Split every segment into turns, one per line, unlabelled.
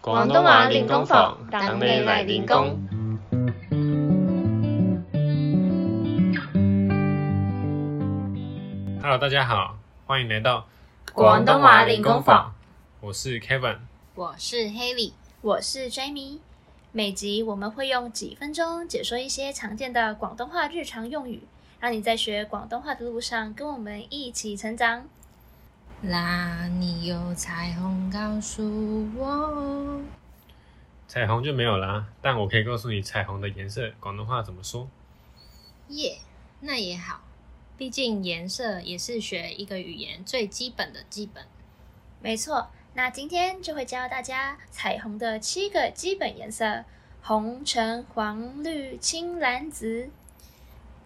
广东话練功房，等你嚟練功。
Hello，大家好，欢迎来到
廣東話練功坊，
我是 Kevin。
我是 Haley，
我是 Jamie。每集我们会用几分钟解说一些常见的广东话日常用语，让你在学广东话的路上跟我们一起成长。
那你有彩虹告诉我。
彩虹就没有啦，但我可以告诉你彩虹的颜色广东话怎么说。
耶、那也好，毕竟颜色也是学一个语言最基本的基本。
没错，那今天就会教大家彩虹的七个基本颜色：红、橙、黄、绿、青、蓝、紫。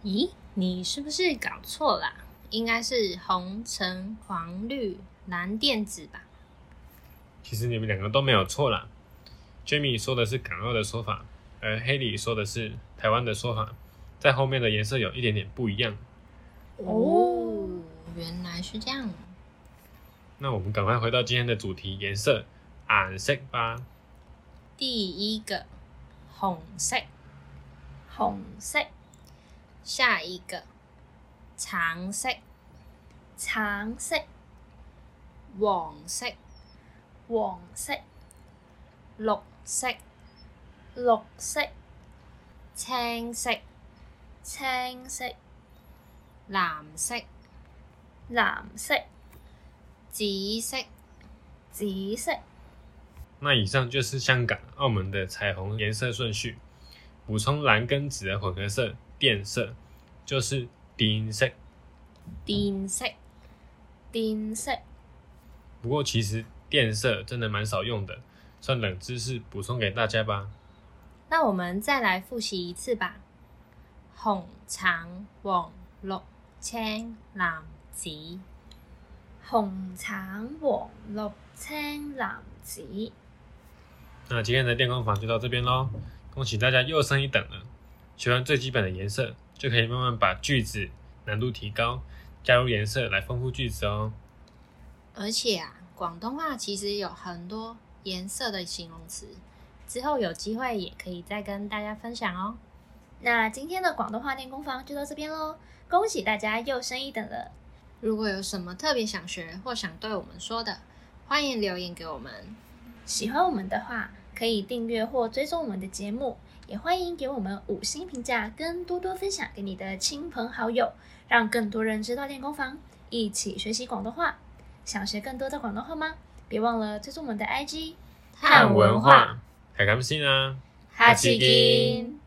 咦，你是不是搞错啦？应该是红、橙、黄、绿、蓝、靛、紫吧？
其实你们两个都没有错啦。Jamie 说的是港澳的说法，而 Haley 说的是台湾的说法，在后面的颜色有一点点不一样。
哦，原来是这样。
那我们赶快回到今天的主题颜色，颜色吧。
第一个红色，
红色、
下一个橙色、
橙色、
黄色、
黄色、
绿色、
绿色、
青色、
青色、
蓝色、
蓝色、
紫色。
紫色。
那以上就是香港、澳门的彩虹颜色顺序，补充蓝跟紫的混合色靛色，就是靛色。
靛色、
靛色、
不过其实靛色真的蛮少用的，算冷知识补充给大家吧。
那我们再来复习一次吧。紅、橙、黃、綠、青、藍、紫。
紅、橙、黃、綠、青、藍、紫。
那今天的练功房就到这边喽，恭喜大家又升一等了。学完最基本的颜色，就可以慢慢把句子难度提高，加入颜色来丰富句子哦。
而且啊，广东话其实有很多颜色的形容词，之后有机会也可以再跟大家分享哦。
那今天的广东话练功房就到这边喽，恭喜大家又升一等了。
如果有什么特别想学或想对我们说的，欢迎留言给我们。
喜欢我们的话，可以订阅或追踪我们的节目，也欢迎给我们五星评价，跟多多分享给你的亲朋好友，让更多人知道练功房，一起学习广东话。想学更多的广东话吗？别忘了追踪我们的 IG，
汉文化，开开心啊！
哈
次见